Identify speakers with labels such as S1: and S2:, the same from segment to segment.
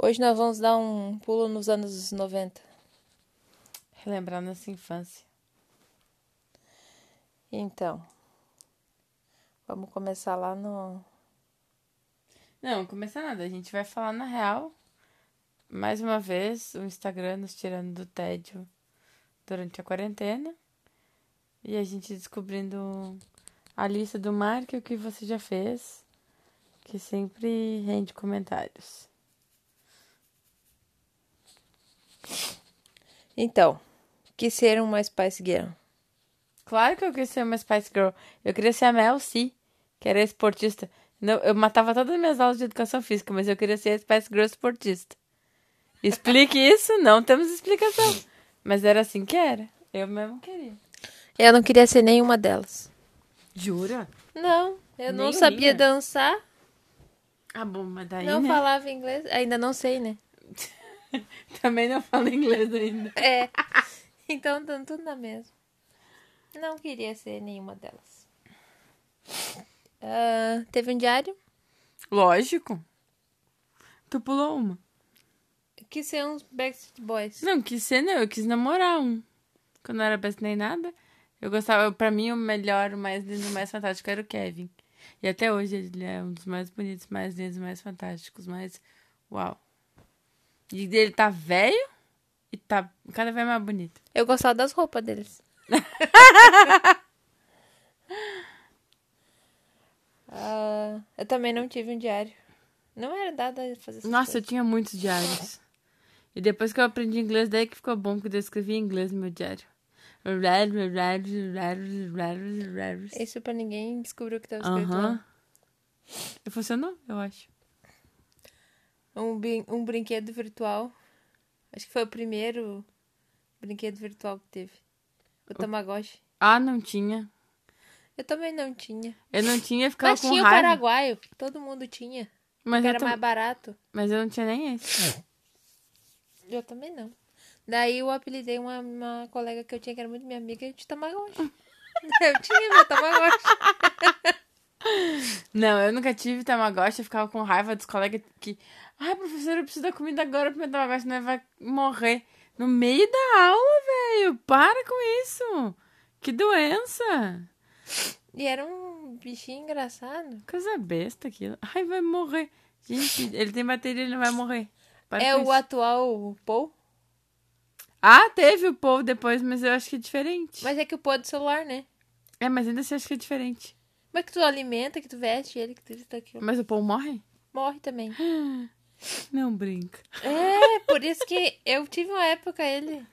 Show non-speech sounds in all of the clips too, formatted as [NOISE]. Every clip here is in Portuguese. S1: Hoje nós vamos dar um pulo nos anos 90.
S2: Relembrar nossa infância.
S1: Então, vamos começar lá no.
S2: Não, começa nada. A gente vai falar na real. Mais uma vez, o Instagram nos tirando do tédio durante a quarentena. E a gente descobrindo a lista do Mark, o que você já fez, que sempre rende comentários.
S1: Então, que ser uma Spice Girl?
S2: Claro que eu queria ser uma Spice Girl. Eu queria ser a Mel C, que era esportista. Não, eu matava todas as minhas aulas de educação física, mas eu queria ser a Spice Girl esportista. [LAUGHS] Explique isso? Não temos explicação. Mas era assim que era. Eu mesmo queria.
S1: Eu não queria ser nenhuma delas.
S2: Jura?
S1: Não, eu não
S2: Nenhuma?
S1: sabia dançar,
S2: Ah, bom, mas daí
S1: não
S2: né?
S1: falava inglês, ainda não sei, né?
S2: [LAUGHS] também não falo inglês ainda.
S1: [LAUGHS] É. Então, tá tudo na mesma. Não queria ser nenhuma delas. Ah, teve um diário?
S2: Lógico. Tu pulou uma.
S1: Que ser uns Backstreet Boys.
S2: Não, quis ser não, eu quis namorar um. Quando eu era best nem nada, eu gostava, eu- pra mim o melhor, o mais lindo, o mais fantástico era o Kevin. E até hoje ele é um dos mais bonitos, mais lindos, mais fantásticos, mais uau. E ele tá velho e tá cada vez mais bonito.
S1: Eu gostava das roupas
S2: [LAUGHS]
S1: deles. Ah, eu também não tive um diário. Não era dado a fazer essas
S2: Nossa, eu
S1: coisas.
S2: tinha muitos diários. E depois que eu aprendi inglês, daí que ficou bom que eu escrevi em inglês no meu diário.
S1: Isso pra ninguém descobriu o que tava escrito
S2: Aham.
S1: lá.
S2: E Funcionou, eu acho.
S1: Um, brin- um brinquedo virtual. Acho que foi o primeiro brinquedo virtual que teve. O Tamagotchi.
S2: Ah, não tinha.
S1: Eu também não tinha.
S2: Eu não tinha, eu ficava
S1: Mas
S2: com
S1: tinha o
S2: raiva.
S1: paraguaio. Todo mundo tinha.
S2: mas,
S1: que
S2: eu
S1: era
S2: tam-
S1: mais barato.
S2: mas eu não tinha nem esse.
S1: Eu também não. Daí eu apelidei uma, uma colega que eu tinha, que era muito minha amiga, de Tamagotchi. [LAUGHS] eu tinha meu Tamagotchi.
S2: Não, eu nunca tive Tamagotchi, eu ficava com raiva dos colegas que... Ai, professora, eu preciso da comida agora porque meu Tamagotchi não é, vai morrer. No meio da aula, velho. Para com isso. Que doença.
S1: E era um bichinho engraçado.
S2: Coisa besta aquilo. Ai, vai morrer. Gente, ele tem bateria, ele não vai morrer. Para
S1: é
S2: com
S1: o
S2: isso.
S1: atual Paul.
S2: Ah, teve o Paul depois, mas eu acho que é diferente.
S1: Mas é que o Paul é do celular, né?
S2: É, mas ainda assim eu acho que é diferente.
S1: Como é que tu alimenta, que tu veste ele, que tu isso aquilo?
S2: Mas o Paul morre?
S1: Morre também.
S2: Não brinca.
S1: É, por isso que eu tive uma época ele.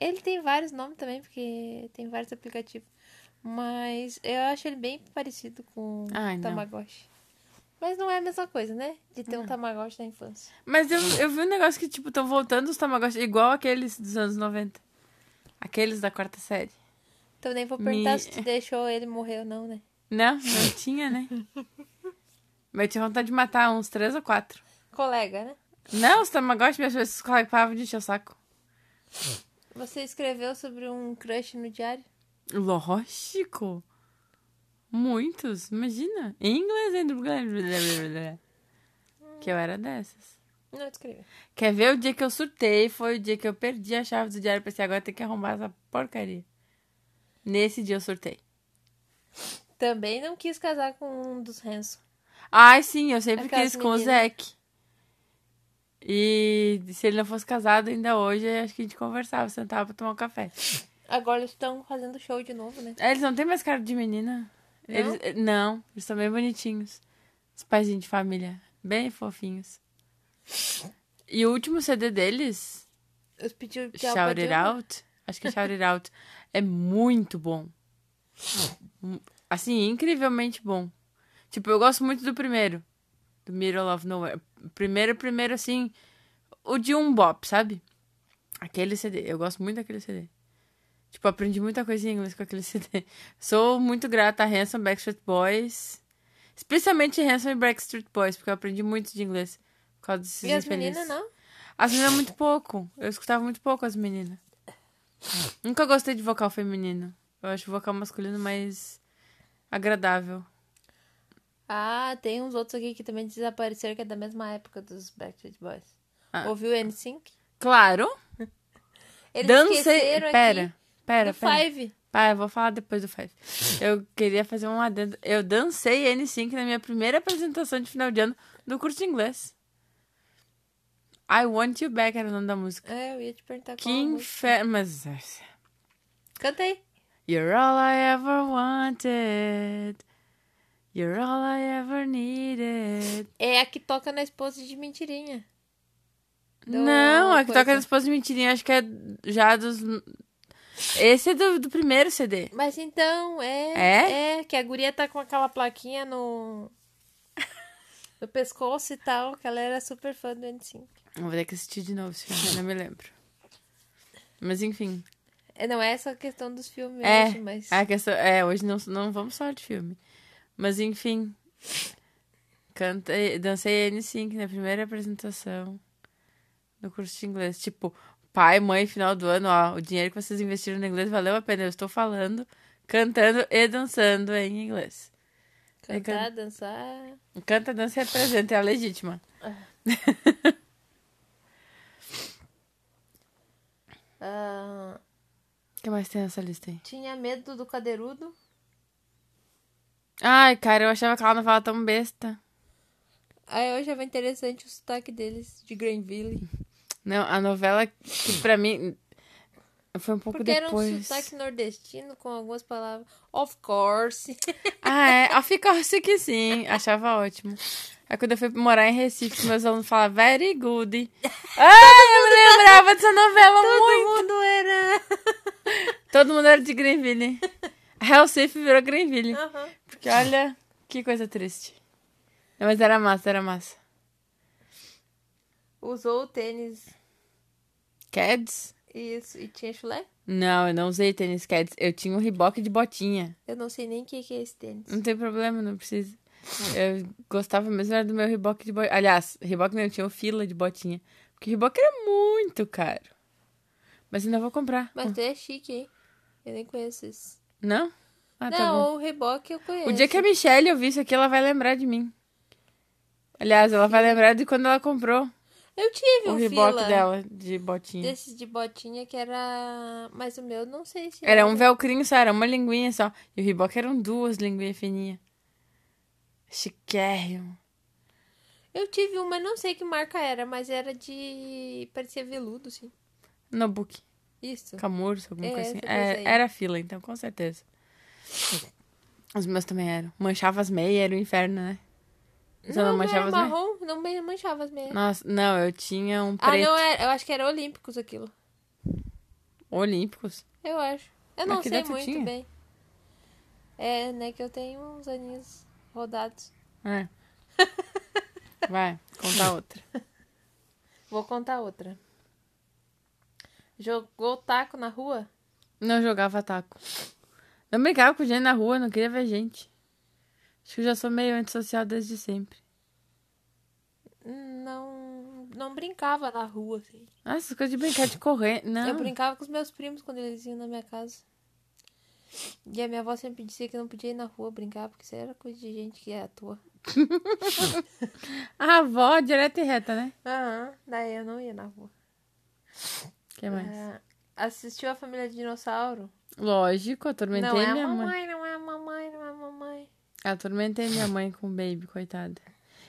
S1: Ele tem vários nomes também, porque tem vários aplicativos. Mas eu acho ele bem parecido com
S2: Ai,
S1: o
S2: não.
S1: Tamagotchi. Mas não é a mesma coisa, né? De ter um Tamagotchi na infância.
S2: Mas eu, eu vi um negócio que, tipo, estão voltando os Tamagotchi igual aqueles dos anos 90. Aqueles da quarta série.
S1: Então nem vou perguntar
S2: Me-
S1: se tu deixou ele morrer ou não, né?
S2: Não, não tinha, né? Mas eu tinha vontade de matar uns três ou quatro.
S1: Colega, né?
S2: Não, os Tamagotchi, minhas pessoas paravam de encher o saco.
S1: Você escreveu sobre um crush no diário?
S2: Lógico. Muitos, imagina. Em inglês ainda. Que eu era dessas.
S1: Não, tu escreveu.
S2: Quer ver o dia que eu surtei? Foi o dia que eu perdi a chave do diário. Pensei, agora tem que arrumar essa porcaria. Nesse dia eu surtei.
S1: Também não quis casar com um dos Hanson.
S2: Ai, sim, eu sempre
S1: Aquelas
S2: quis com o
S1: meninas.
S2: Zac. E se ele não fosse casado ainda hoje, acho que a gente conversava, sentava pra tomar um café.
S1: Agora eles estão fazendo show de novo, né?
S2: É, Eles não têm mais cara de menina.
S1: Não?
S2: Eles, eh, não, eles são bem bonitinhos. Os paizinhos de família. Bem fofinhos. E o último CD deles,
S1: Os pediu de
S2: Shout It Out, acho que é Shout It Out, é muito bom. Mu- Assim, incrivelmente bom. Tipo, eu gosto muito do primeiro. Do Middle of Nowhere. Primeiro, primeiro, assim, o de um bop, sabe? Aquele CD. Eu gosto muito daquele CD. Tipo, aprendi muita coisa em inglês com aquele [LAUGHS] CD. Sou muito grata a Hanson, Backstreet Boys. Especialmente Hanson e Backstreet Boys, porque eu aprendi muito de inglês. Por causa desses
S1: E as
S2: infelizes.
S1: meninas, não?
S2: As meninas é muito pouco. Eu escutava muito pouco as meninas. Nunca gostei de vocal feminino. Eu acho o vocal masculino mais agradável.
S1: Ah, tem uns outros aqui que também desapareceram, que é da mesma época dos Backstreet Boys.
S2: Ah.
S1: Ouviu o NSYNC?
S2: Claro.
S1: Eles
S2: Dance...
S1: esqueceram
S2: Pera,
S1: aqui
S2: pera,
S1: do
S2: pera.
S1: Five.
S2: Pá, eu vou falar depois do Five. Eu queria fazer um adendo. Eu dancei N5 na minha primeira apresentação de final de ano do curso de inglês. I Want You Back era o nome da música.
S1: É, eu ia te perguntar
S2: Que
S1: qual a música.
S2: inferno. Mas. é nossa.
S1: Canta aí.
S2: You're all I ever wanted. You're all I ever needed.
S1: É a que toca na esposa de mentirinha. Do-
S2: Não, a que
S1: coisa.
S2: toca depois de mentirinha. Acho que é já dos. Esse é do, do primeiro CD.
S1: Mas então, é.
S2: É?
S1: que a guria tá com aquela plaquinha no. No pescoço e tal, que ela era super fã do NSYNC.
S2: Eu Vou ter que assistir de novo esse filme, não me lembro. Mas enfim.
S1: É, não é essa questão dos filmes,
S2: É,
S1: hoje, mas.
S2: A questão, é, hoje não, não vamos falar de filme. Mas enfim. Cantei, dancei N5 na primeira apresentação do curso de inglês. Tipo, pai, mãe, final do ano, ó. O dinheiro que vocês investiram no inglês valeu a pena. Eu estou falando, cantando e dançando em inglês.
S1: Cantar, dançar.
S2: Canta, dança e apresenta, é a legítima.
S1: Ah,
S2: O que mais tem nessa lista aí?
S1: tinha medo do cadeirudo.
S2: Ai, cara, eu achava que ela não falava tão besta.
S1: Aí eu achava interessante o sotaque deles de Granville.
S2: Um Não, a novela que pra mim foi um pouco
S1: Porque era
S2: depois.
S1: um sotaque nordestino com algumas palavras. Of course. [LAUGHS]
S2: Ah, é. A [LAUGHS] ficou-se que sim. Achava ótimo. Aí quando eu fui morar em Recife, meus alunos falavam very
S1: [LAUGHS]
S2: good. Ah, eu lembrava dessa novela muito.
S1: Todo mundo era.
S2: Todo mundo era de Greenville. Recife virou Greenville.
S1: Aham.
S2: Porque olha, que coisa triste. Não, mas era massa, era massa.
S1: Usou o tênis.
S2: Cads?
S1: Isso. E tinha chulé?
S2: Não, eu não usei tênis Cads. Eu tinha um riboque de botinha.
S1: Eu não sei nem o que que é esse tênis.
S2: Não tem problema, não precisa. Eu gostava mesmo era do meu riboque de botinha. Aliás, riboque não, eu tinha o fila de botinha. Porque riboque era muito caro. Mas ainda vou comprar.
S1: Mas tu é chique, hein? Eu nem conheço isso.
S2: Não? Ah, tá
S1: não,
S2: bom.
S1: o reboque eu conheço.
S2: O dia que a Michelle ouvir isso aqui, ela vai lembrar de mim. Aliás, ela vai lembrar de quando ela comprou
S1: Eu tive
S2: o
S1: um
S2: riboque
S1: fila
S2: dela de botinha.
S1: desses de botinha que era... Mas o meu não sei se...
S2: Era um velcrinho só, era uma linguinha só. E o riboque eram duas linguinhas fininhas. Chiquérrimo.
S1: Eu tive um, mas não sei que marca era, mas era de... Parecia veludo, sim.
S2: Nobuki.
S1: Isso.
S2: Camurça, alguma
S1: É,
S2: coisa assim.
S1: essa coisa
S2: É,
S1: aí.
S2: era fila, então, com certeza. Os meus também eram. Manchava as meias, era o inferno, né? Você não,
S1: não
S2: manchava
S1: era
S2: as meias?
S1: marrom, não me- manchava as meias.
S2: Nossa, não, eu tinha um
S1: Ah,
S2: preto.
S1: não, era, eu acho que era Olímpicos aquilo.
S2: Olímpicos.
S1: Eu acho. Eu
S2: Mas
S1: não
S2: que
S1: sei
S2: idade tu
S1: muito
S2: tinha?
S1: bem. É, né, que eu tenho uns aninhos rodados.
S2: É.
S1: [LAUGHS]
S2: Vai, contar outra.
S1: Vou contar outra. Jogou taco na rua?
S2: Não jogava taco. Não brincava com gente na rua, não queria ver gente. Acho que eu já sou meio antissocial desde sempre.
S1: Não, não brincava na rua, assim.
S2: Ah, essas coisas de brincar de correr. Não.
S1: Eu brincava com os meus primos quando eles iam na minha casa. E a minha avó sempre dizia que eu não podia ir na rua brincar, porque isso era coisa de gente que é à toa.
S2: A avó, Ah, direta e reta, né?
S1: Aham, daí eu não ia na rua.
S2: que mais?
S1: Ah, assistiu a família de dinossauro?
S2: Lógico, atormentei
S1: não é a
S2: minha mãe.
S1: mamãe, não é a mamãe, não é a mamãe.
S2: Atormentei minha mãe com o Baby, coitada.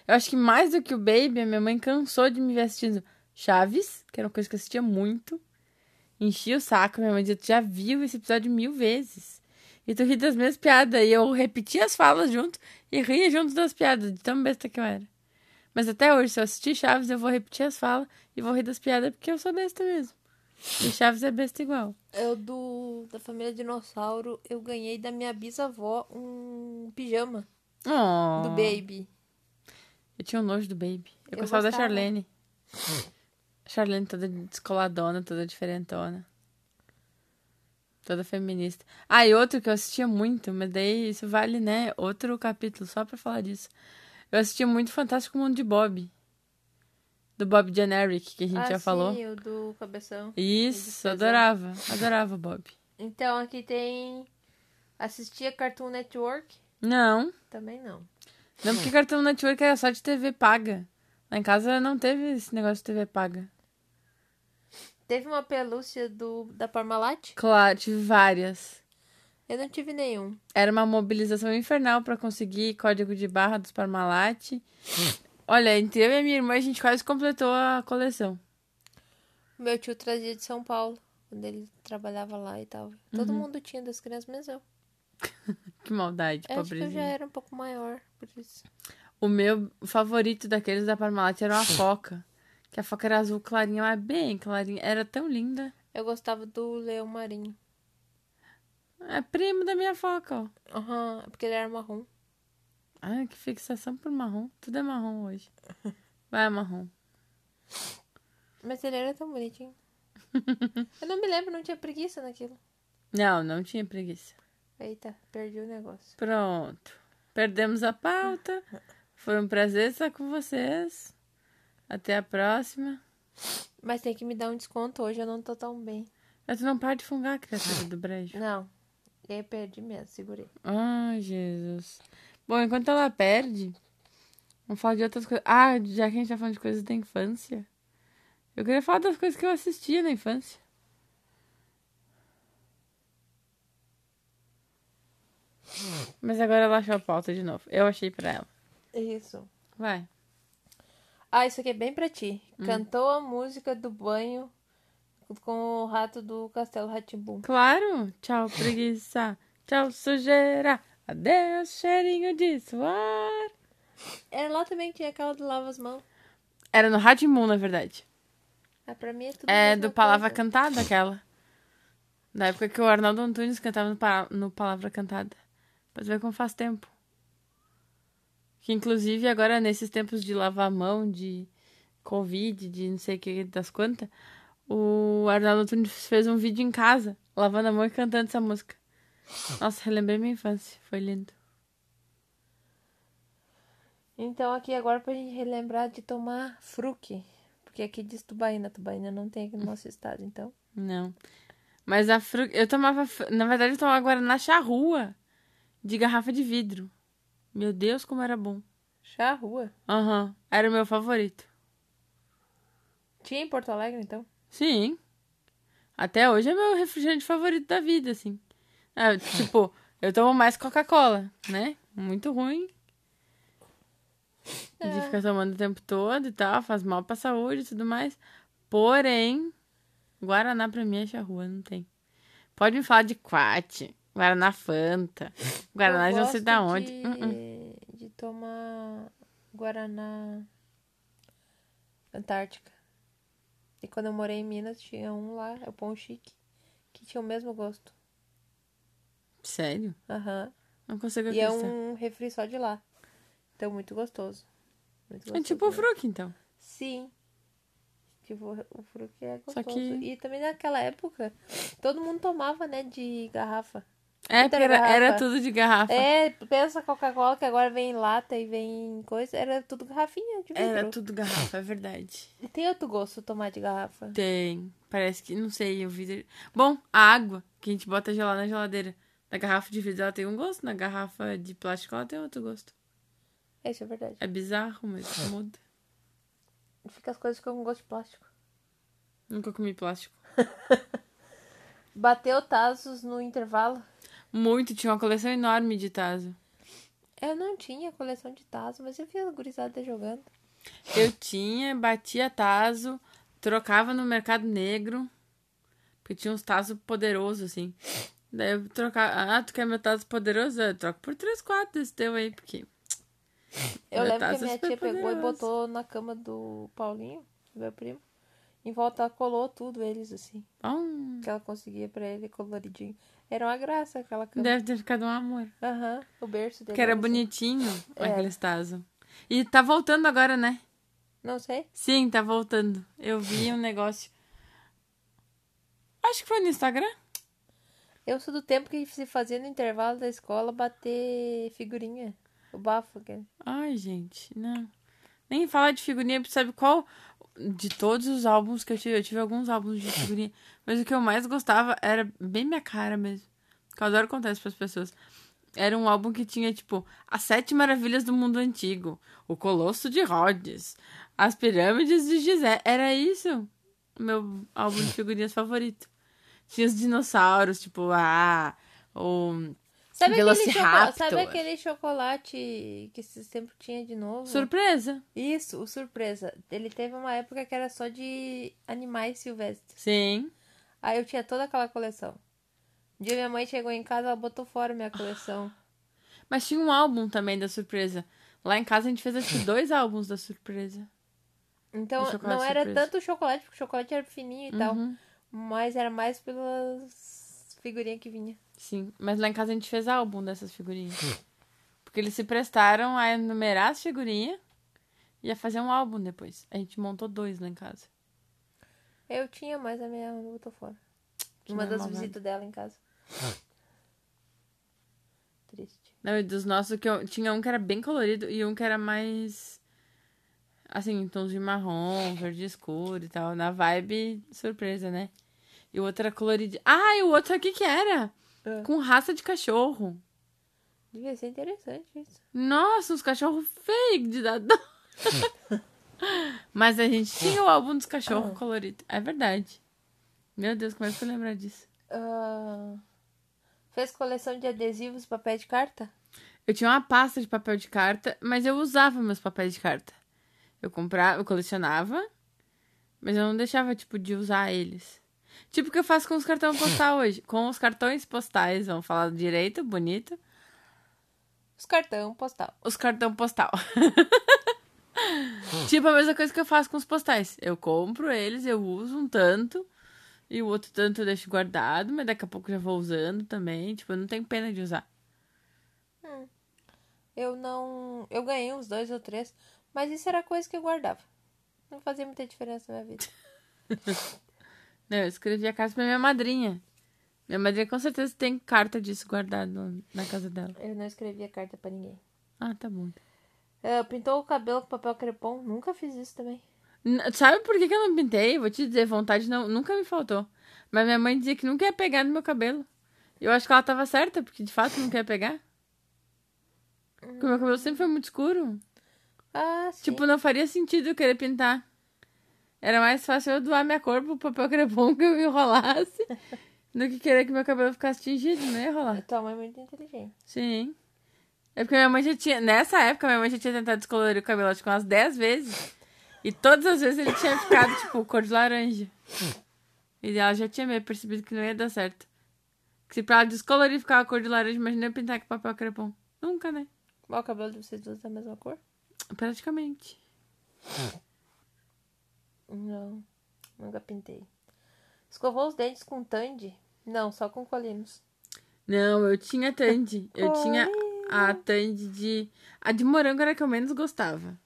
S2: Eu acho que mais do que o Baby, a minha mãe cansou de me ver assistindo Chaves, que era uma coisa que eu assistia muito. Enchi o saco, minha mãe dizia, tu já viu esse episódio mil vezes. E tu ri das mesmas piadas. E eu repetia as falas junto e ria junto das piadas, de tão besta que eu era. Mas até hoje, se eu assistir Chaves, eu vou repetir as falas e vou rir das piadas, porque eu sou besta mesmo. E Chaves é besta igual.
S1: Eu do da família dinossauro, eu ganhei da minha bisavó um pijama
S2: Oh.
S1: do Baby.
S2: Eu tinha um nojo do Baby.
S1: Eu
S2: Eu, gostava da
S1: gostava.
S2: Charlene. Charlene toda descoladona, toda diferentona. Toda feminista. Ah, e outro que eu assistia muito, mas daí isso vale, né? Outro capítulo, só pra falar disso. Eu assistia muito Fantástico Mundo de Bob. Do Bob Generic, que a gente
S1: ah,
S2: já
S1: sim,
S2: falou.
S1: o do cabeção.
S2: Isso,
S1: Ele fez, né?
S2: adorava. Adorava o Bob.
S1: Então aqui tem assistia Cartoon Network?
S2: Não,
S1: Também não.
S2: não porque Cartão Network era só de TV paga. Lá em casa não teve esse negócio de TV paga.
S1: Teve uma pelúcia do, da Parmalat?
S2: Claro, tive várias.
S1: Eu não tive nenhum.
S2: Era uma mobilização infernal pra conseguir código de barra dos Parmalat. Olha, entre eu e a minha irmã, a gente quase completou a coleção.
S1: Meu tio trazia de São Paulo, quando ele trabalhava lá e tal. Todo
S2: Uhum.
S1: mundo tinha das crianças, menos eu.
S2: Que maldade,
S1: Eu acho que eu já
S2: pobrezinha.
S1: era um pouco maior, por isso.
S2: O meu favorito daqueles da Parmalat era uma foca. Que a foca era azul clarinha, mas bem clarinha. Era tão linda.
S1: Eu gostava do leão marinho.
S2: É primo da minha foca, ó.
S1: Aham, é porque ele era marrom.
S2: Ai, que fixação por marrom. Tudo é marrom hoje. Vai, marrom.
S1: Mas ele era tão [LAUGHS] bonitinho. eu não me lembro, não tinha preguiça naquilo.
S2: Não, não tinha preguiça.
S1: Eita, perdi o negócio.
S2: Pronto. Perdemos a pauta. Foi um prazer estar com vocês. Até a próxima.
S1: Mas tem que me dar um desconto hoje, eu não tô tão bem.
S2: Mas tu não para de fungar, criatura do brejo.
S1: Não. E aí perdi mesmo, segurei.
S2: Ai, Jesus. Bom, enquanto ela perde, vamos falar de outras coisas. Ah, já que a gente tá falando de coisas da infância, eu queria falar das coisas que eu assistia na infância. Mas agora ela achou a pauta de novo. Eu achei pra ela.
S1: Isso.
S2: Vai.
S1: Ah, isso aqui é bem pra ti. Cantou a música do banho com o rato do Castelo Ratimbum.
S2: Claro. Tchau, preguiça. Tchau, sujeira. Adeus, cheirinho de suor.
S1: Era É, lá também que tinha aquela do Lava as Mãos.
S2: Era no Radimum, na verdade.
S1: Ah, pra mim é tudo a
S2: É
S1: mesma
S2: do Palavra
S1: coisa.
S2: Cantada, aquela. Na época que o Arnaldo Antunes cantava no, Pa- no Palavra Cantada. Pra tu ver como faz tempo. Que inclusive agora, nesses tempos de lavar a mão, de Covid, de não sei o que das quantas, o Arnaldo Antunes fez um vídeo em casa, lavando a mão e cantando essa música. Nossa, relembrei minha infância. Foi lindo.
S1: Então aqui agora pra gente relembrar de tomar fruque. Porque aqui diz tubaína. Tubaína não tem aqui no nosso estado, então.
S2: Não. Mas a fru... eu tomava. fru- Na verdade, eu tomava Guaraná charrua de garrafa de vidro. Meu Deus, como era bom.
S1: Charrua.
S2: Aham. Era o meu favorito.
S1: Tinha em Porto Alegre, então?
S2: Sim. Até hoje é meu refrigerante favorito da vida, assim.
S1: [LAUGHS]
S2: É, tipo, eu tomo mais Coca-Cola, né? Muito ruim. De
S1: É.
S2: ficar tomando o tempo todo e tal, faz mal pra saúde e tudo mais. Porém, Guaraná pra mim é charrua, não tem. Pode me falar de Quat,
S1: [LAUGHS]
S2: Guaraná Fanta, Guaraná
S1: Eu
S2: não sei da
S1: gosto
S2: onde.
S1: De,
S2: Uh-uh.
S1: de tomar Guaraná Antártica. E quando eu morei em Minas, tinha um lá, é o Pão Chique, que tinha o mesmo gosto.
S2: Sério?
S1: Aham.
S2: Não consigo
S1: E é
S2: acreditar. É,
S1: um refri só de lá. Então, muito gostoso. Muito gostoso.
S2: tipo o
S1: mesmo.
S2: Fruc, então.
S1: Sim. Tipo, o fruque é
S2: Só
S1: gostoso.
S2: que-
S1: E também naquela época, todo mundo tomava, né, de garrafa.
S2: É,
S1: Então
S2: porque
S1: era
S2: era, era
S1: garrafa.
S2: tudo de garrafa.
S1: É, pensa Coca-Cola, que agora vem lata e vem coisa. Era tudo garrafinha de vidro.
S2: Era tudo garrafa, é verdade.
S1: E tem outro gosto tomar de garrafa.
S2: Tem. Parece que, não sei, o vidro. Bom, a água que a gente bota gelada na geladeira. Na garrafa de vidro ela tem um gosto, na garrafa de plástico ela tem outro gosto.
S1: É, Isso é verdade.
S2: É bizarro, mas muda.
S1: Fica as coisas com um gosto de plástico.
S2: Nunca comi plástico.
S1: Bateu Tazos no intervalo.
S2: Muito, tinha uma coleção enorme de Tazo.
S1: Eu não tinha coleção de Tazos, mas eu vi a gurizada jogando.
S2: Eu tinha, batia Tazo, trocava no mercado negro. Porque tinha uns Tazo poderosos, assim. Daí eu trocava. Ah, tu quer meu Tazo poderoso? Eu troco por 3, 4 desse teu aí, porque.
S1: Eu
S2: Meu
S1: lembro que a
S2: Tazo é
S1: minha tia
S2: super
S1: pegou e
S2: poderoso.
S1: botou na cama do Paulinho, do meu primo. Em volta ela colou tudo eles, assim.
S2: Ah, um.
S1: Que ela conseguia pra ele coloridinho. Era uma graça aquela cama.
S2: Deve ter ficado um amor.
S1: Aham, o berço dele.
S2: Porque era
S1: assim.
S2: bonitinho
S1: Era.
S2: aquele Tazo. E tá voltando agora, né?
S1: Não sei.
S2: Sim, tá voltando. Eu vi um negócio. Acho que foi no Instagram.
S1: Eu sou do tempo que se fazia no intervalo da escola bater figurinha. O bafo, que
S2: Ai, gente, não. Nem falar de figurinha, porque sabe qual? De todos os álbuns que eu tive, eu tive alguns álbuns de figurinha. Mas o que eu mais gostava era bem minha cara mesmo. Que eu adoro contar isso pras pessoas. era um álbum que tinha, tipo, as Sete Maravilhas do Mundo Antigo, o Colosso de Rhodes, as Pirâmides de Gizé. Era isso meu álbum de figurinhas favorito. Tinha os dinossauros, tipo, ah, o
S1: Sabe aquele, choco...
S2: Velociraptor.
S1: Sabe aquele chocolate que se sempre tinha de novo?
S2: Surpresa.
S1: Isso, o surpresa. Ele teve uma época que era só de animais silvestres.
S2: Sim.
S1: Aí eu tinha toda aquela coleção. Um dia minha mãe chegou em casa, ela botou fora minha coleção.
S2: Mas tinha um álbum também da surpresa. Lá em casa a gente fez acho que dois álbuns da surpresa.
S1: Então,
S2: O chocolate
S1: não era
S2: surpresa. Uhum.
S1: tanto o chocolate, porque o chocolate era fininho e tal. Mas era mais pelas figurinhas que vinha.
S2: Sim, mas lá em casa a gente fez álbum dessas figurinhas. Porque eles se prestaram a enumerar as figurinhas e a fazer um álbum depois. A gente montou dois lá em casa.
S1: Eu tinha, mas a minha mãe botou fora.
S2: Que
S1: Uma das
S2: malvada.
S1: visitas dela em casa. Ah. Triste.
S2: Não, e dos nossos que eu tinha um que era bem colorido e um que era mais assim, em tons de marrom, verde escuro e tal, na vibe surpresa, né? E o outro era colorido. Ah, e o outro aqui que era
S1: É.
S2: com raça de cachorro.
S1: Devia ser interessante isso.
S2: Nossa, uns cachorros feios de dar dó. [LAUGHS] Mas a gente tinha o álbum dos cachorros colorido. É verdade. Meu Deus, como é que eu fui lembrar disso?
S1: Ah, fez coleção de adesivos e papel de carta?
S2: Eu tinha uma pasta de papel de carta, mas eu usava meus papéis de carta. Eu comprava, eu colecionava, mas eu não deixava, tipo, de usar eles. Tipo o que eu faço com os cartões postais hoje. Com os cartões postais, vamos falar direito, bonito.
S1: Os cartão postal.
S2: Os cartão postal. [LAUGHS] tipo a mesma coisa que eu faço com os postais. Eu compro eles, eu uso um tanto, e o outro tanto eu deixo guardado, mas daqui a pouco eu já vou usando também. Tipo, eu não tenho pena de usar.
S1: Eu não. Eu ganhei uns dois ou três, mas isso era coisa que eu guardava. Não fazia muita diferença na minha vida.
S2: Não, eu escrevi a carta pra minha madrinha. Minha madrinha com certeza tem carta disso guardado na casa dela.
S1: Eu não escrevia carta pra ninguém.
S2: Ah, tá bom.
S1: Ah, pintou o cabelo com papel crepom? Nunca fiz isso também.
S2: N- Sabe por que, que eu não pintei? Vou te dizer, vontade não, nunca me faltou. Mas minha mãe dizia que nunca ia pegar no meu cabelo. Eu acho que ela tava certa, porque de fato nunca ia pegar. Porque o meu cabelo sempre foi muito escuro.
S1: Ah, sim.
S2: Tipo, não faria sentido eu querer pintar. Era mais fácil eu doar minha cor pro papel crepom que eu enrolasse do que querer que meu cabelo ficasse tingido, não ia rolar.
S1: Tua mãe é muito inteligente.
S2: Sim. É porque minha mãe já tinha. Nessa época, minha mãe já tinha tentado descolorir o cabelo, acho que umas 10 vezes. E todas as vezes ele tinha ficado, tipo, cor de laranja. E ela já tinha meio percebido que não ia dar certo. Que se pra ela descolorir e ficar a cor de laranja, imagina eu pintar com papel crepom. Nunca, né?
S1: Mas o cabelo de vocês duas é da mesma cor?
S2: Praticamente.
S1: Não. Nunca pintei. Escovou os dentes com Tandy? Não, só com colinos.
S2: Não, eu tinha Tandy. Eu tinha a Tandy de. A de morango era a que eu menos gostava.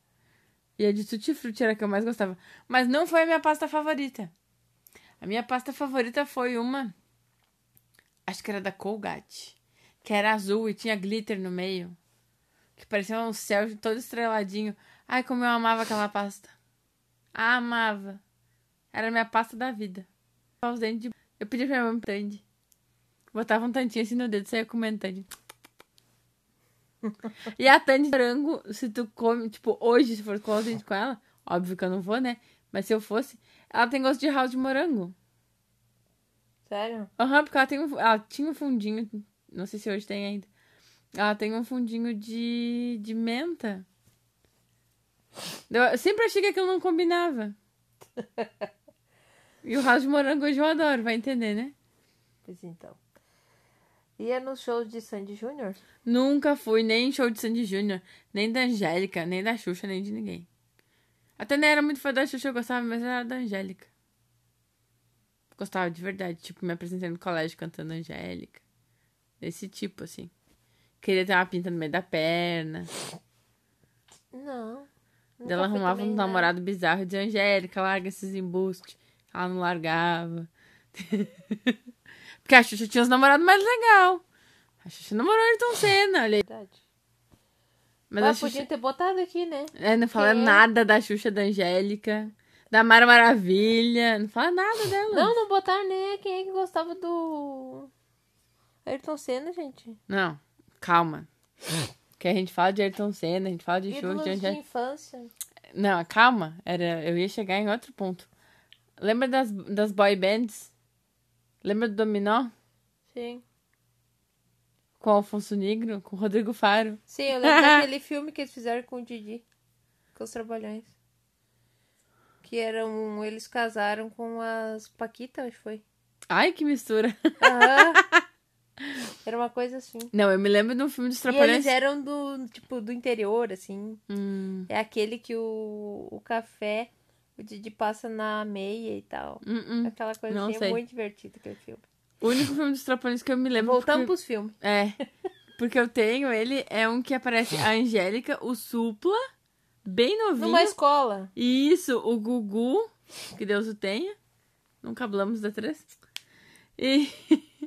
S2: E a de tutti-frutti era a que eu mais gostava. Mas não foi a minha pasta favorita. A minha pasta favorita foi uma. Acho que era da Colgate. Que era azul e tinha glitter no meio. Que parecia um céu todo estreladinho. Ai, como eu amava aquela pasta. Amava. Era a minha pasta da vida. Os dentes de- Eu pedi pra minha mãe um Tandy. Botava um tantinho assim no dedo, saia comendo Tandy. E a Tandy de morango, se tu come, tipo, hoje, se for colar os dentes com ela, óbvio que eu não vou, né? Mas se eu fosse, ela tem gosto de house de morango.
S1: Sério?
S2: Aham, porque ela tem um, ela tinha um fundinho, não sei se hoje tem ainda. Ela tem um fundinho de, de menta. Eu eu sempre achei que aquilo não combinava. E o house de morango hoje eu adoro, vai entender, né?
S1: Pois então. Ia nos shows de Sandy Júnior?
S2: Nunca fui nem em show de Sandy Júnior, nem da Angélica, nem da Xuxa, nem de ninguém. Até nem era muito fã da Xuxa, eu gostava, mas era da Angélica. Gostava de verdade, tipo, me apresentei no colégio cantando Angélica. Desse tipo, assim. Queria ter uma pinta no meio da perna.
S1: Não.
S2: Daí Ela arrumava
S1: né?
S2: um namorado bizarro e dizia, Angélica, larga esses embustes. Ela não largava. [LAUGHS] Porque a Xuxa tinha os namorados mais legal. A Xuxa namorou Ayrton Senna, olha aí.
S1: Verdade.
S2: Mas
S1: ah,
S2: a Xuxa...
S1: podia ter botado aqui, né?
S2: É, não fala
S1: Quem?
S2: nada da Xuxa, da Angélica, da Mara Maravilha, não fala nada dela.
S1: Não, não botaram nem quem é que gostava do. Ayrton Senna, gente.
S2: Não, Calma. Que a gente fala de Ayrton Senna, a gente é. fala de shows
S1: Ídolos
S2: de
S1: de
S2: onde...
S1: infância.
S2: Não, calma. Era... Eu ia chegar em outro ponto. Lembra das, das boy bands? Lembra do Dominó?
S1: Sim.
S2: Com o Alfonso Negro? Com o Rodrigo Faro?
S1: Sim, eu
S2: [LAUGHS]
S1: lembro daquele filme que eles fizeram com o Didi. Com os Trapalhões. Que eram. Eles casaram com as Paquita, acho que foi.
S2: Ai, que mistura. [LAUGHS]
S1: Aham. Era uma coisa assim.
S2: Não, eu me lembro de um filme dos
S1: E eles é-
S2: Trapalhões.
S1: eram do, tipo, do interior, assim.
S2: Hum,
S1: É aquele que o, o café, o Didi passa na meia e tal.
S2: hum, hum.
S1: Aquela coisa
S2: Não
S1: assim,
S2: sei.
S1: é muito divertido aquele filme.
S2: O único filme dos Trapalhões que eu me lembro...
S1: Voltamos
S2: porque-
S1: pros filmes.
S2: É. Porque eu tenho ele, é um que aparece a Angélica, o Supla, bem novinho.
S1: Numa escola.
S2: Isso, o Gugu, que Deus o tenha. Nunca hablamos da três. E,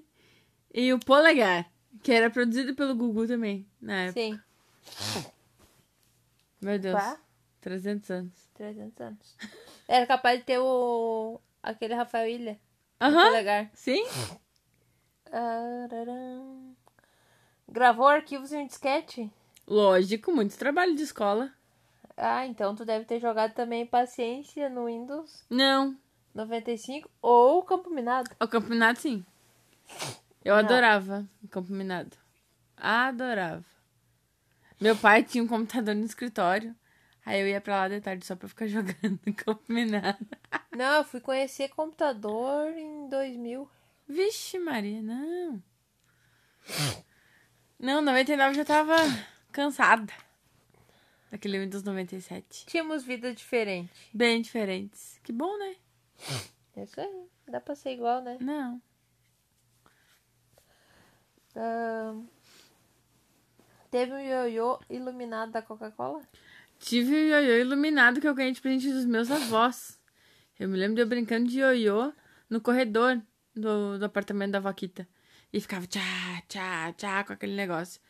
S2: [LAUGHS] e o Polegar, que era produzido pelo Gugu também, na época.
S1: Sim.
S2: Meu É, Deus,
S1: Pá,
S2: 300 anos.
S1: 300 anos. Era capaz de ter o. aquele Rafael Ilha.
S2: Aham,
S1: O polegar.
S2: sim.
S1: Araram. Gravou arquivos em um disquete?
S2: Lógico, muito trabalho de escola.
S1: Ah, então tu deve ter jogado também Paciência no Windows
S2: Não,
S1: 95 ou Campo Minado.
S2: o campeonato sim. Eu
S1: Não.
S2: adorava o campeonato. Adorava. Meu pai tinha um computador no escritório. Aí eu ia pra lá de tarde só pra ficar [LAUGHS] jogando campeonato.
S1: Não, eu fui conhecer computador em 2000.
S2: Vixe, Maria, não. Não, 99 já tava cansada. Daquele Windows 97.
S1: Tínhamos vida diferente.
S2: Bem diferentes. Que bom, né?
S1: É isso aí. Dá pra ser igual, né?
S2: Não.
S1: Ahn, Teve um ioiô iluminado da Coca-Cola?
S2: Tive o ioiô iluminado que eu ganhei de presente dos meus avós. Eu me lembro de eu brincando de ioiô no corredor do, do apartamento da Vaquita. E ficava tchá, tchá, tchá com aquele negócio.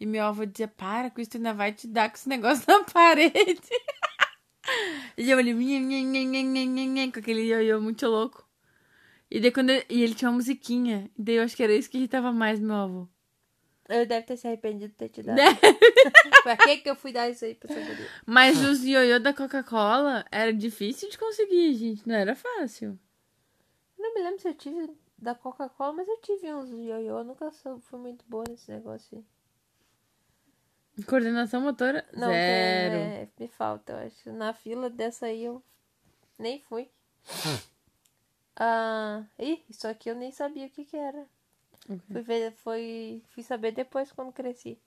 S2: E meu avô dizia, para com isso, tu ainda vai te dar com esse negócio na [LAUGHS] parede. e eu olhei, "Nhe, nhe, nhe, nhe, nhe, nhe, nhe", com aquele ioiô muito louco. E, daí quando ele, e ele tinha uma musiquinha. E daí eu acho que era isso que irritava mais meu avô.
S1: Eu deve ter se arrependido de ter te dado.
S2: Né?
S1: pra que que eu fui dar isso aí pra essa guria?
S2: Mas os ioiô da Coca-Cola era difícil de conseguir, gente. Não era fácil.
S1: Não me lembro se eu tive da Coca-Cola, mas eu tive uns ioiô. Eu nunca sou- fui muito boa nesse negócio. aí.
S2: Coordenação motora,
S1: Não, tem-
S2: zero.
S1: é, me falta, eu acho. Na fila dessa aí eu nem fui.
S2: Hum.
S1: Ah, ih, isso aqui eu nem sabia o que que era. Fui, ver, foi, fui saber depois quando cresci.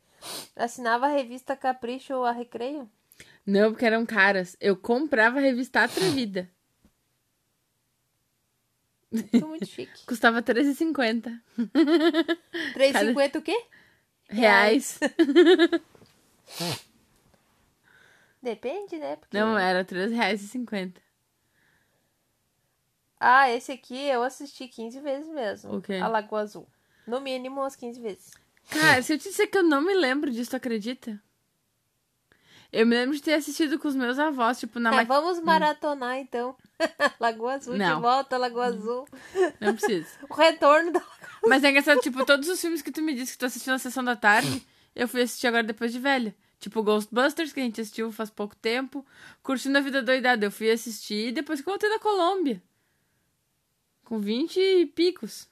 S1: Assinava a revista Capricho ou a Recreio?
S2: Não, porque eram caras. Eu comprava a revista Atrevida.
S1: Muito, muito
S2: [LAUGHS]
S1: chique.
S2: Custava R$13,50.
S1: 3,50 o quê?
S2: Reais.
S1: É. Depende, né? Porque...
S2: Não, era R$3,50.
S1: Ah, esse aqui eu assisti 15 vezes mesmo.
S2: O quê?
S1: A Lagoa Azul. No mínimo umas 15 vezes.
S2: Cara, se eu te disser que eu não me lembro disso, tu acredita? Eu me lembro de ter assistido com os meus avós, tipo, na
S1: Tá,
S2: ma...
S1: vamos maratonar então. [LAUGHS] Lagoa Azul
S2: Não. Hum.
S1: de volta, Lagoa Azul.
S2: Não precisa.
S1: O retorno da
S2: Mas é engraçado, tipo, todos os filmes que tu me disse que tu assistiu na sessão da tarde, eu fui assistir agora depois de velha. Tipo, Ghostbusters, que a gente assistiu faz pouco tempo. Curtindo a Vida Doidada, eu fui assistir depois que eu voltei da Colômbia. Com 20 e picos.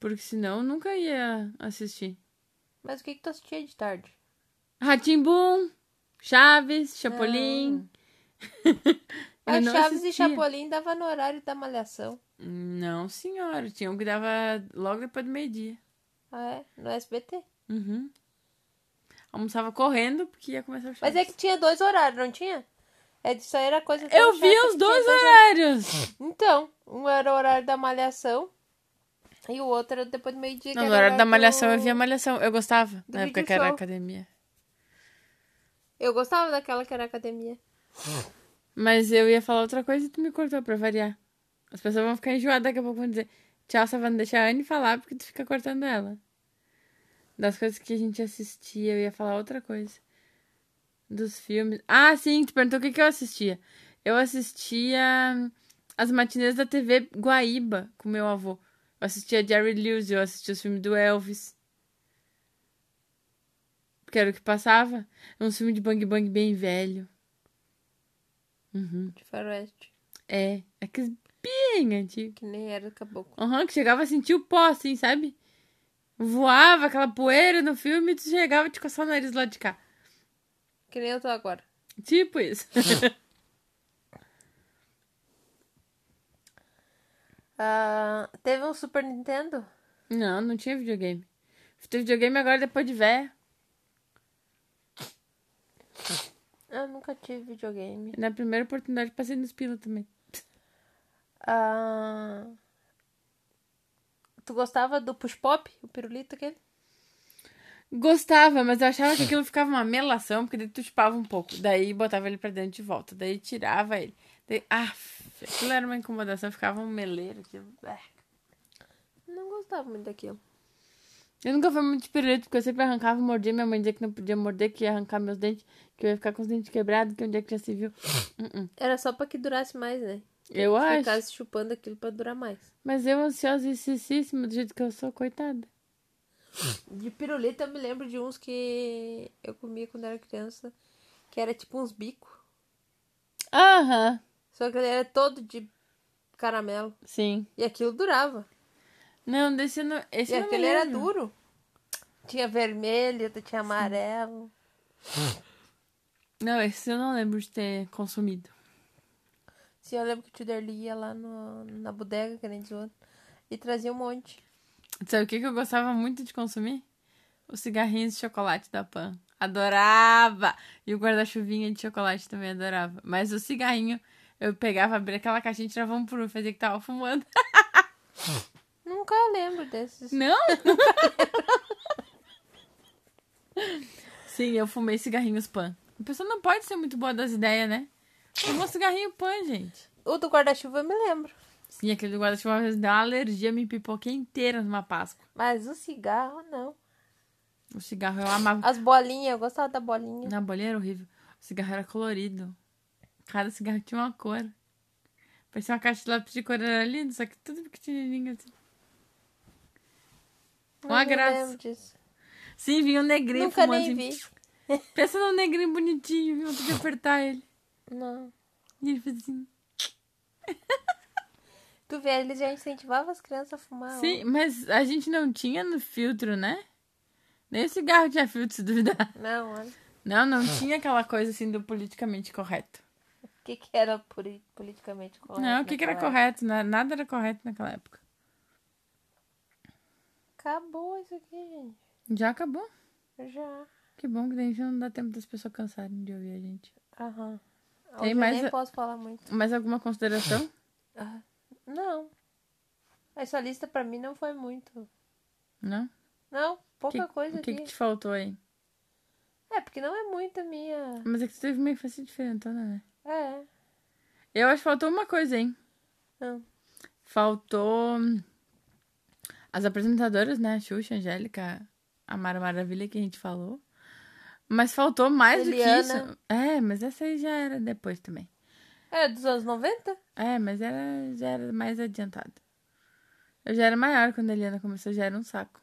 S2: Porque senão eu nunca ia assistir.
S1: [LAUGHS] Mas o que que tu assistia de tarde?
S2: Ratimbum, Chaves, Chapolin. [LAUGHS] Eu
S1: Mas
S2: não
S1: É Chaves e
S2: assistia.
S1: Chapolin dava no horário da malhação.
S2: Não, senhora. Tinha um que dava logo depois do meio-dia.
S1: Ah, é? No SBT.
S2: Uhum. Almoçava correndo porque ia começar o
S1: Mas
S2: Chaves.
S1: é que tinha dois horários, não tinha? É disso aí era coisa tão
S2: Eu
S1: chata
S2: vi
S1: que
S2: os
S1: tinha
S2: dois horários.
S1: Então, um era o horário da malhação e o outro era depois do meio-dia. que
S2: Não, no
S1: era o
S2: horário da
S1: do-
S2: malhação eu via malhação. Eu gostava.
S1: do
S2: Na época
S1: vídeo
S2: que era
S1: show.
S2: academia.
S1: Eu gostava daquela que era academia.
S2: Mas eu ia falar outra coisa e tu me cortou pra variar. As pessoas vão ficar enjoadas daqui a pouco vão dizer. Tchau, só vão deixar a Anne falar porque tu fica cortando ela. Das coisas que a gente assistia, eu ia falar outra coisa. Dos filmes. Ah, sim, tu perguntou o que, que eu assistia. hum, Eu assistia as matinês da TV Guaíba com meu avô. Eu assistia Jerry Lewis, eu assistia os filmes do Elvis. Porque era o que passava. É um filme de Bang Bang bem velho. Uhum.
S1: De faroeste.
S2: É. Aqueles bem antigos.
S1: Que nem era do caboclo.
S2: Aham, que chegava a sentir o pó, assim, sabe? Voava aquela poeira no filme e tu chegava a te coçar o nariz lá de cá.
S1: Que nem eu tô agora.
S2: Tipo isso. [LAUGHS]
S1: Ah, teve um Super Nintendo?
S2: não, não tinha videogame. Teve videogame agora depois de véia.
S1: Eu nunca tive videogame.
S2: Na primeira oportunidade passei nos pila também.
S1: Ah, tu gostava do Push Pop? O pirulito aquele?
S2: Gostava, mas eu achava que aquilo ficava uma melação, porque daí tu chupava um pouco. Daí botava ele pra dentro de volta. Daí tirava ele. Daí, ah, aquilo era uma incomodação, ficava um meleiro. Aquilo. Ah.
S1: Não gostava muito daquilo.
S2: Eu nunca fui muito de pirulito, porque eu sempre arrancava e mordia. Minha mãe dizia que não podia morder, que ia arrancar meus dentes, que eu ia ficar com os dentes quebrados, que onde é que já se viu. Uh-uh.
S1: Era só pra que durasse mais, né?
S2: Eu
S1: Se
S2: acho.
S1: Ficasse chupando aquilo pra durar mais.
S2: Mas eu ansiosíssima do jeito que eu sou, coitada.
S1: De pirulito eu me lembro de uns que eu comia quando era criança, que era tipo uns bicos.
S2: Aham,
S1: Só que ele era todo de caramelo.
S2: sim.
S1: E aquilo durava.
S2: Não, desse eu não. Esse
S1: e
S2: eu não me
S1: aquele era
S2: lembro.
S1: duro. Tinha vermelho, outro tinha amarelo.
S2: Não, esse eu não lembro de ter consumido.
S1: Sim, eu lembro que o tio Derli ia lá no, na bodega, que nem diz o outro, e trazia um monte.
S2: Sabe o que, que eu gostava muito de consumir? Os cigarrinhos de chocolate da Pan. Adorava! E o guarda-chuvinha de chocolate também adorava. Mas o cigarrinho, eu pegava, abria aquela caixinha e tirava um por um, fazia que tava fumando.
S1: Nunca lembro desses.
S2: Não? [LAUGHS] Sim, eu fumei cigarrinhos Pan. A pessoa não pode ser muito boa das ideias, né? Fumou cigarrinho Pan, gente.
S1: O do guarda-chuva eu me lembro.
S2: Sim, aquele do guarda-chuva às vezes deu uma alergia, me pipoquei inteira numa Páscoa.
S1: Mas o cigarro, não.
S2: O cigarro eu amava.
S1: As bolinhas, eu gostava da bolinha.
S2: Na bolinha era horrível. O cigarro era colorido. Cada cigarro tinha uma cor. Parecia uma caixa de lápis de cor, era lindo, só que tudo pequenininho assim. Uma
S1: Não me
S2: graça.
S1: lembro disso.
S2: Sim, vinha um negrinho
S1: Nunca
S2: fumando
S1: nem
S2: assim.
S1: vi.
S2: Pensa num negrinho bonitinho, viu? Eu podia apertar ele.
S1: Não.
S2: E ele fez assim.
S1: Tu vê, eles já incentivavam as crianças a fumar. Ah, ó.
S2: Sim, mas a gente não tinha no filtro, né? Nem o cigarro tinha filtro, [LAUGHS] se duvidar.
S1: um. Não, olha.
S2: Não, não tinha aquela coisa assim do politicamente correto.
S1: O que, que era poli- politicamente correto?
S2: não, o que, que era
S1: naquela
S2: correto? né? Nada era correto naquela época.
S1: época? Acabou isso aqui, gente.
S2: Já acabou.
S1: Já.
S2: Que bom que daí enfim não dá tempo das pessoas cansarem de ouvir a gente.
S1: Aham.
S2: Tem
S1: Hoje
S2: mais
S1: Eu nem
S2: a-
S1: posso falar muito.
S2: Mais alguma consideração?
S1: Ah, não. Essa lista pra mim não foi muito.
S2: Não?
S1: Não, pouca
S2: Que-
S1: coisa
S2: O que,
S1: aqui.
S2: que te faltou aí?
S1: É, porque não é muita minha.
S2: Mas é que tu teve uma infância diferentona, né?
S1: É.
S2: Eu acho que faltou uma coisa, hein?
S1: Não.
S2: Faltou. hum, As apresentadoras, né? A Xuxa, a Angélica, a Mara Maravilha que a gente falou. Mas faltou mais do que
S1: Eliana.
S2: isso. É, mas essa aí já era depois também.
S1: É dos anos 90?
S2: É, mas era, já era mais adiantado. Eu já era maior quando a Eliana começou, já era um saco.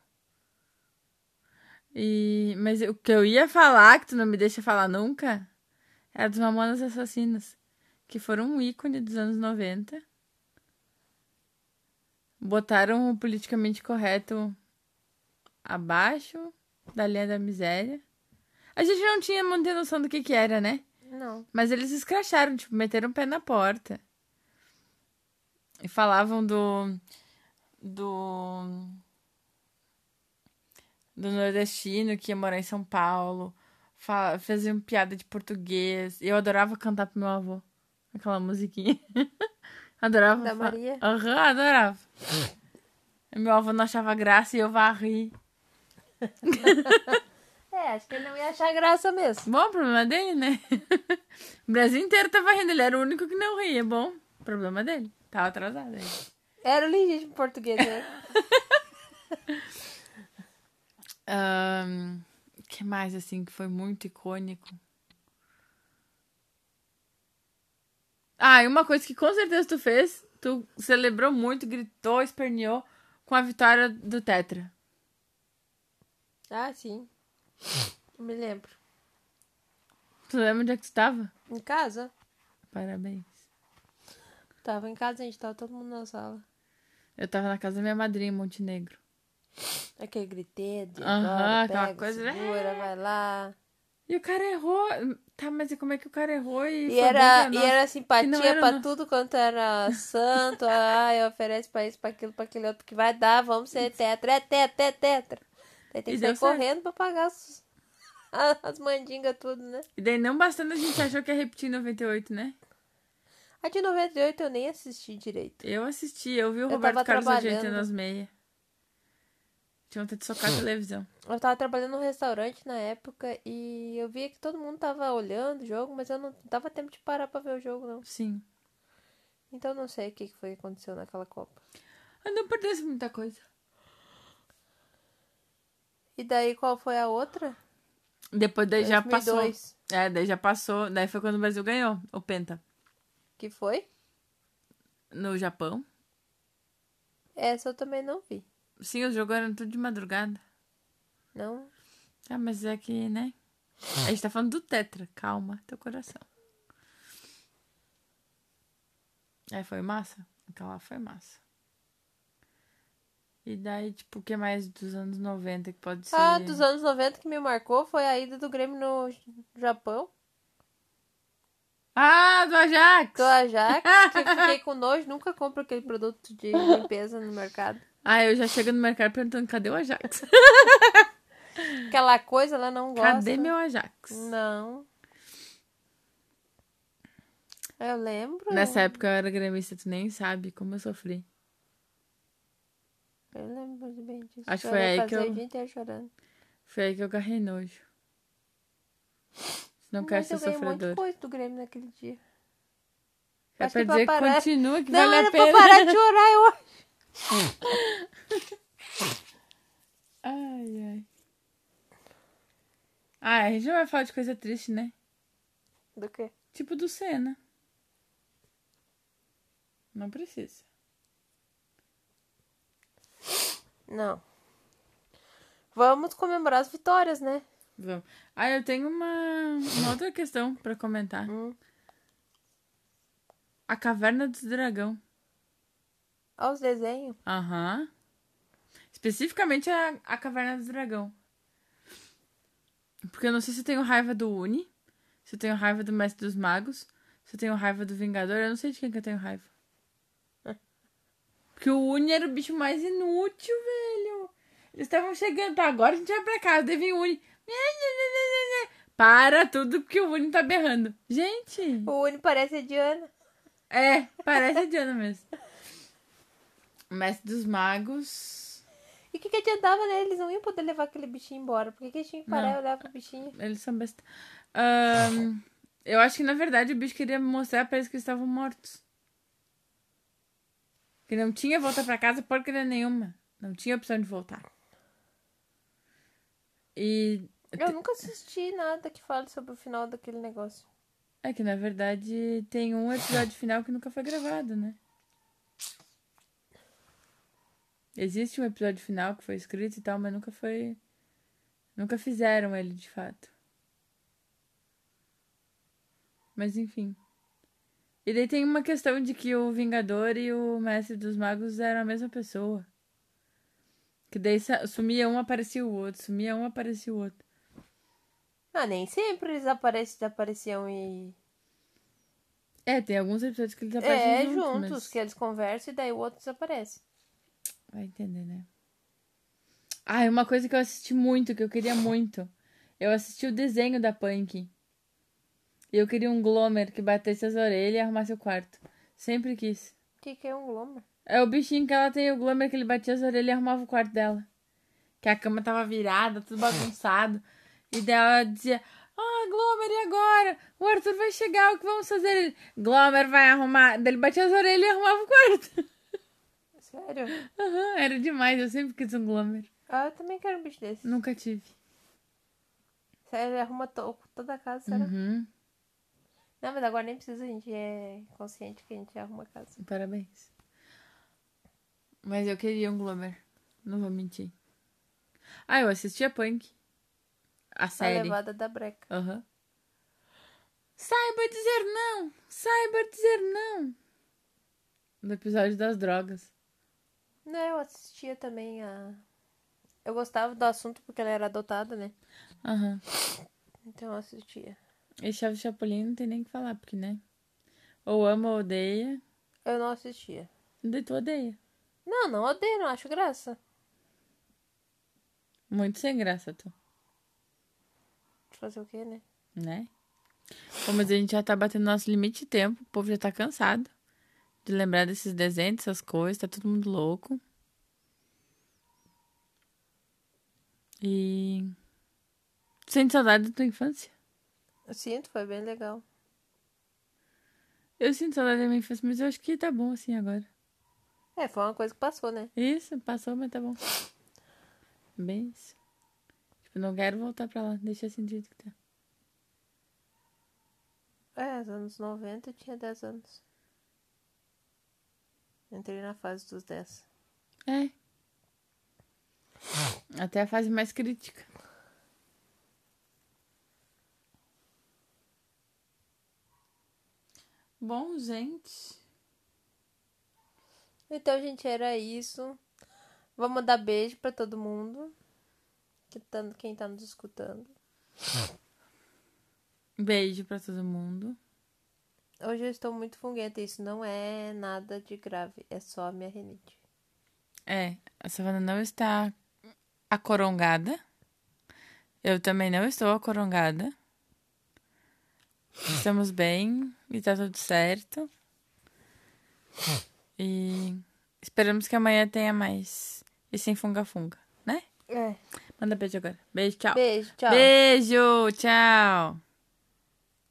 S2: E, mas o que eu ia falar, que tu não me deixa falar nunca, era dos Mamonas Assassinas, que foram um ícone dos anos 90. Botaram o politicamente correto abaixo da linha da miséria. A gente não tinha muita noção do que que era, né?
S1: Não.
S2: Mas eles escracharam, tipo, meteram o pé na porta. E falavam do. Do. Do nordestino que ia morar em São Paulo. Fa- faziam piada de português. Eu adorava cantar pro meu avô. Aquela musiquinha. [LAUGHS] adorava.
S1: Da
S2: fa-
S1: Maria?
S2: Aham, adorava. meu avô não achava graça e eu varri.
S1: É, acho que ele não ia achar graça mesmo.
S2: Bom, o problema dele, né? [LAUGHS] o Brasil inteiro tava rindo, ele era o único que não ria. Bom, problema dele. Tava atrasado aí.
S1: Era o legítimo português,
S2: [LAUGHS]
S1: né?
S2: Ahn, que mais, assim, que foi muito icônico? Ah, e uma coisa que com certeza tu fez, tu celebrou muito, gritou, esperneou com a vitória do Tetra.
S1: Ah, sim. Eu me lembro.
S2: Tu lembra onde é que tu tava?
S1: Em casa?
S2: Parabéns.
S1: Tava em casa, a gente tava todo mundo na sala.
S2: Eu tava na casa da minha madrinha em Montenegro.
S1: Aquele gritedo.
S2: Aham,
S1: bora,
S2: aquela
S1: pega,
S2: coisa- né?
S1: Segura, vai lá.
S2: E o cara errou. Tá, mas e como é que o cara errou e.
S1: E
S2: foi bom
S1: era,
S2: pra
S1: e
S2: nós?
S1: era
S2: E não
S1: simpatia
S2: era
S1: pra
S2: no-
S1: tudo quanto era santo.
S2: [LAUGHS]
S1: Ai, oferece pra isso, pra aquilo, pra aquele outro que vai dar. Vamos ser tetra, é tetra, é tetra. Daí tem
S2: E
S1: que
S2: deu
S1: sair correndo pra pagar as, [LAUGHS] as mandingas tudo, né?
S2: E daí, não bastando, a gente achou que ia repetir 98, né?
S1: A de 98 eu nem assisti direito.
S2: Eu assisti, eu vi o
S1: Eu
S2: Roberto
S1: tava
S2: Carlos
S1: trabalhando.
S2: ajeitando as meias. Tinha vontade de socar a televisão.
S1: Eu tava trabalhando num restaurante na época e eu via que todo mundo tava olhando o jogo, mas eu não dava tempo de parar pra ver o jogo, não.
S2: Sim.
S1: Então eu não sei o que que foi que aconteceu naquela Copa.
S2: Ah, não perdesse muita coisa.
S1: E daí qual foi a outra?
S2: Depois daí já passou.
S1: 2002.
S2: É, daí já passou. Daí foi quando o Brasil ganhou o Penta.
S1: Que foi?
S2: No Japão.
S1: Essa eu também não vi.
S2: Sim, os jogos eram tudo de madrugada.
S1: Não.
S2: Ah, mas é que, né? A gente tá falando do Tetra. Calma, teu coração. É, foi massa? Aquela lá foi massa. E daí, tipo, o que mais dos anos 90 que pode ser?
S1: Ah, dos anos 90 que me marcou foi a ida do Grêmio no Japão.
S2: Ah, do Ajax!
S1: Do
S2: [LAUGHS]
S1: Ajax, que eu fiquei com nojo. Nunca compro aquele produto de limpeza no mercado.
S2: Ah, eu já chego no mercado perguntando, cadê
S1: [LAUGHS]
S2: o Ajax?
S1: Aquela coisa lá não gosta.
S2: cadê meu Ajax?
S1: Não. Eu lembro.
S2: Nessa época eu era gremista, tu nem sabe como eu sofri.
S1: Eu lembro bem disso.
S2: Acho que
S1: Chorei,
S2: foi aí que
S1: passei
S2: eu-
S1: o dia inteiro chorando.
S2: Foi aí que eu garrei nojo. Não quero
S1: Mas
S2: ser
S1: eu ganhei um monte de
S2: sofredor.
S1: coisa do Grêmio naquele dia.
S2: É
S1: Acho
S2: pra
S1: que pra
S2: dizer que
S1: parar-
S2: continua, que
S1: não,
S2: vale
S1: era
S2: a pena.
S1: pra
S2: [LAUGHS]
S1: parar de chorar, eu acho.
S2: Ai, ai. Ah, a gente não vai falar de coisa triste, né?
S1: Do quê?
S2: Tipo do Senna. Não precisa.
S1: Não. Vamos comemorar as vitórias, né?
S2: Vamos. Ah, eu tenho uma, uma outra questão pra comentar.
S1: Hum.
S2: A Caverna do Dragão.
S1: Olha os desenhos.
S2: Aham. Especificamente a, a Caverna do Dragão. Porque eu não sei se eu tenho raiva do Uni, se eu tenho raiva do Mestre dos Magos, se eu tenho raiva do Vingador, eu não sei de quem que eu tenho raiva. Porque o Uni era o bicho mais inútil, velho. Eles estavam chegando, tá, agora a gente vai pra casa, deve o Uni. Para tudo porque o Uni tá berrando. Gente!
S1: Tipo, O Uni parece a Diana.
S2: É, parece a Diana mesmo. O Mestre dos Magos.
S1: E o que, que adiantava, né? Eles não iam poder levar aquele bichinho embora. Por que, que eles tinham que parar
S2: Não.
S1: e olhar pro bichinho?
S2: Eles são besta. Ahn, eu acho que na verdade o bicho queria mostrar pra eles que eles estavam mortos. Que não tinha volta pra casa porcaria nenhuma. Não tinha opção de voltar. E.
S1: Eu nunca assisti nada que fale sobre o final daquele negócio.
S2: É que na verdade tem um episódio final que nunca foi gravado, né? Existe um episódio final que foi escrito e tal, mas nunca foi. Nunca fizeram ele de fato. Mas enfim. E daí tem uma questão de que o Vingador e o Mestre dos Magos eram a mesma pessoa. Que daí sa- sumia um, aparecia o outro, sumia um, aparecia o outro.
S1: Ah, nem sempre eles aparecem, desapareciam e.
S2: É, tem alguns episódios que eles aparecem
S1: É,
S2: juntos.
S1: juntos,
S2: mas-
S1: que eles conversam e daí o outro desaparece.
S2: Vai entender, né? Ah, é uma coisa que eu assisti muito, que eu queria muito. Eu assisti o desenho da Punk. E eu queria um Glomer que batesse as orelhas e arrumasse o quarto. Sempre quis.
S1: O que, que é um glomer?
S2: É o bichinho que ela tem, o Glomer, que ele batia as orelhas e arrumava o quarto dela. Que a cama tava virada, tudo bagunçado. E daí ela dizia: Ah, Glomer, e agora? O Arthur vai chegar, o que vamos fazer? Ele, Glomer vai arrumar. Daí ele batia as orelhas e arrumava o quarto. [LAUGHS]
S1: Sério?
S2: Aham, era demais, eu sempre quis um Glomer.
S1: Ah, eu também quero um bicho desse.
S2: Nunca tive.
S1: Sério, ele arruma to- toda a casa, será?
S2: Uhum.
S1: Não, mas agora nem precisa, a gente é consciente que a gente arruma a casa.
S2: Parabéns. Mas eu queria um Glomer. Não vou mentir. Ah, eu assistia Punk. A
S1: A
S2: série.
S1: Tá levada da breca.
S2: Aham. Saiba dizer não! Saiba dizer não! No episódio das drogas.
S1: Não, eu assistia também a. Eu gostava do assunto porque ela era adotada, né?
S2: Aham.
S1: Então eu assistia.
S2: E Chave Chapolin não tem nem o que falar, porque, né? Ou ama ou odeia.
S1: Eu não assistia.
S2: Daí tu odeia.
S1: Não, não odeio, não acho graça.
S2: Muito sem graça, tu.
S1: Fazer o quê, né?
S2: Né? Bom, mas a gente já tá batendo nosso limite de tempo. O povo já tá cansado de lembrar desses desenhos, dessas coisas. Tá todo mundo louco. E. Tu Sente saudade da tua infância?
S1: Eu sinto, foi bem legal.
S2: Eu sinto saudade da minha infância, mas eu acho que tá bom assim agora.
S1: É, foi uma coisa que passou, né?
S2: Isso, passou, mas tá bom. Bem isso. Tipo, não quero voltar pra lá. Deixa assim do jeito que tá.
S1: É, os anos 90 eu tinha 10 anos. Entrei na fase dos 10.
S2: É. Até a fase mais crítica. Bom, gente.
S1: Então, gente, era isso. Vamos dar beijo pra todo mundo. Que tá, quem tá nos escutando.
S2: Beijo pra todo mundo.
S1: Hoje eu estou muito funguenta. Isso não é nada de grave. É só a minha rinite.
S2: É, a Savana não está acorongada. Eu também não estou acorongada. Estamos bem e tá tudo certo. E esperamos que amanhã tenha mais. E sem funga-funga, né?
S1: É.
S2: Manda beijo agora. Beijo, tchau.
S1: Beijo, tchau.
S2: Beijo, tchau.